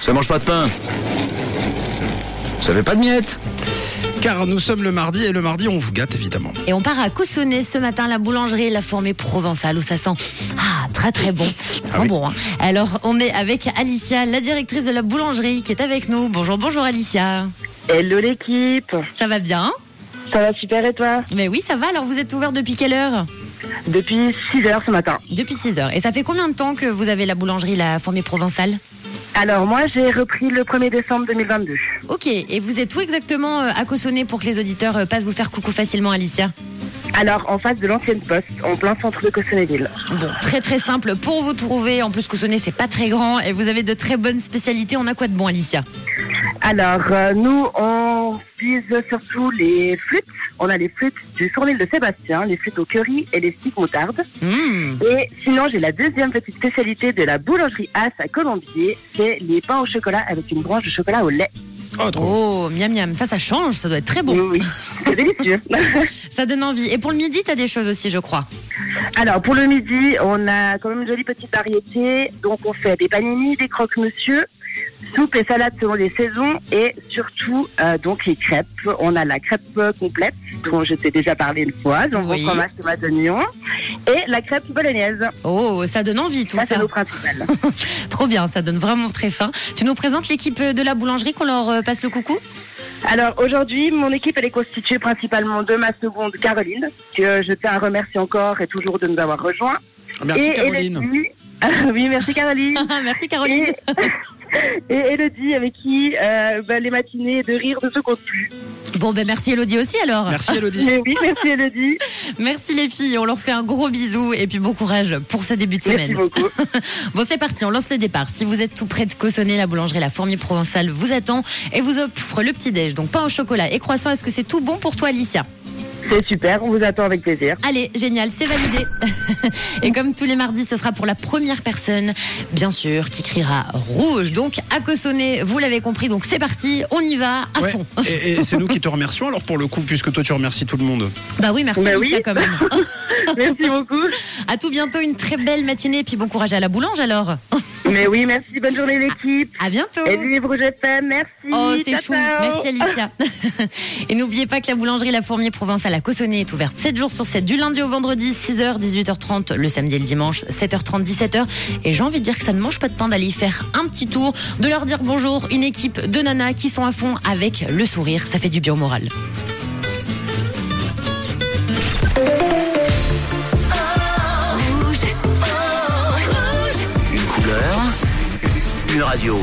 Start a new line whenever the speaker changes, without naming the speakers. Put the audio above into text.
Ça mange pas de pain. Ça fait pas de miettes.
Car nous sommes le mardi et le mardi on vous gâte évidemment.
Et on part à Coussonnet ce matin, la boulangerie La Fourmée Provençale, où ça sent ah, très très bon. Ça sent
oui.
bon. hein. Alors, on est avec Alicia, la directrice de la boulangerie, qui est avec nous. Bonjour, bonjour Alicia.
Hello l'équipe,
Ça va bien
ça va super et toi
Mais oui, ça va. Alors, vous êtes ouvert depuis quelle heure
Depuis 6 heures ce matin.
Depuis 6 heures. Et ça fait combien de temps que vous avez la boulangerie La Fourmée Provençale
Alors moi j'ai repris le 1er décembre 2022.
Ok. Et vous êtes où exactement euh, à Cossonay pour que les auditeurs euh, passent vous faire coucou facilement, Alicia
Alors en face de l'ancienne poste, en plein centre de Cossonayville.
Bon, très très simple pour vous trouver. En plus, Cossonay, c'est pas très grand et vous avez de très bonnes spécialités. On a quoi de bon, Alicia
Alors euh, nous on vise surtout les flûtes. On a les flûtes du fournil de Sébastien, les flûtes au curry et les sticks moutarde.
Hmm.
Et sinon j'ai la deuxième petite spécialité de la boulangerie As à Colombier, c'est les pains au chocolat avec une branche de chocolat au lait.
Oh, trop.
Oh, miam miam, ça, ça change, ça doit être très bon.
Oui, oui, c'est délicieux.
Ça donne envie. Et pour le midi, t'as des choses aussi, je crois.
Alors pour le midi, on a quand même une jolie petite variété. Donc on fait des panini, des croque-monsieur, soupe et salade selon les saisons et surtout euh, donc les crêpes. On a la crêpe euh, complète dont je t'ai déjà parlé une fois, donc
Oui.
au fromage tomate oignon et la crêpe bolognaise.
Oh, ça donne envie tout
Ça c'est
ça.
nos principales.
Trop bien, ça donne vraiment très faim. Tu nous présentes l'équipe de la boulangerie, qu'on leur euh, passe le coucou
Alors aujourd'hui, mon équipe elle est constituée principalement de ma seconde Caroline que je tiens à remercier encore et toujours de nous avoir rejoints.
Merci
et
Caroline.
Elodie. oui, merci Caroline.
Merci Caroline.
Et, et Elodie, avec qui euh, bah, les matinées de rire ne se comptent plus.
Bon, ben merci Elodie aussi alors.
Merci Elodie.
Mais oui, merci Elodie.
Merci les filles, on leur fait un gros bisou et puis bon courage pour ce début de
Merci
semaine.
beaucoup.
Bon, c'est parti, on lance le départ. Si vous êtes tout près de Cossonay, la boulangerie La Fourmi Provençale vous attend et vous offre le petit-déj. Donc pain au chocolat et croissant, est-ce que c'est tout bon pour toi Alicia
C'est super, on vous attend avec plaisir.
Allez, génial, c'est validé. Et comme tous les mardis, ce sera pour la première personne, bien sûr, qui criera rouge. Donc, à Cossonay, vous l'avez compris. Donc, c'est parti, on y va à
Ouais.
fond.
Et, et c'est nous qui te remercions alors pour le coup, puisque toi tu remercies tout le monde.
Bah oui, merci
Bah
Alicia
oui.
quand même.
Merci beaucoup.
À tout bientôt, une très belle matinée. Et puis, bon courage à la boulange alors.
Mais oui, merci, bonne journée l'équipe.
À bientôt.
Et vive Rouge FM, merci.
Ah. Oh, c'est
Ciao,
chou.
ciao.
Merci Alicia. Et n'oubliez pas que la boulangerie La Fourmier Provence à la Cossonay est ouverte 7 jours sur 7, du lundi au vendredi, 6h, 18h30, le samedi et le dimanche, 7h30, 17h. Et j'ai envie de dire que ça ne mange pas de pain d'aller y faire un petit tour, de leur dire bonjour, une équipe de nanas qui sont à fond avec le sourire. Ça fait du bien au moral.
Une couleur, une radio.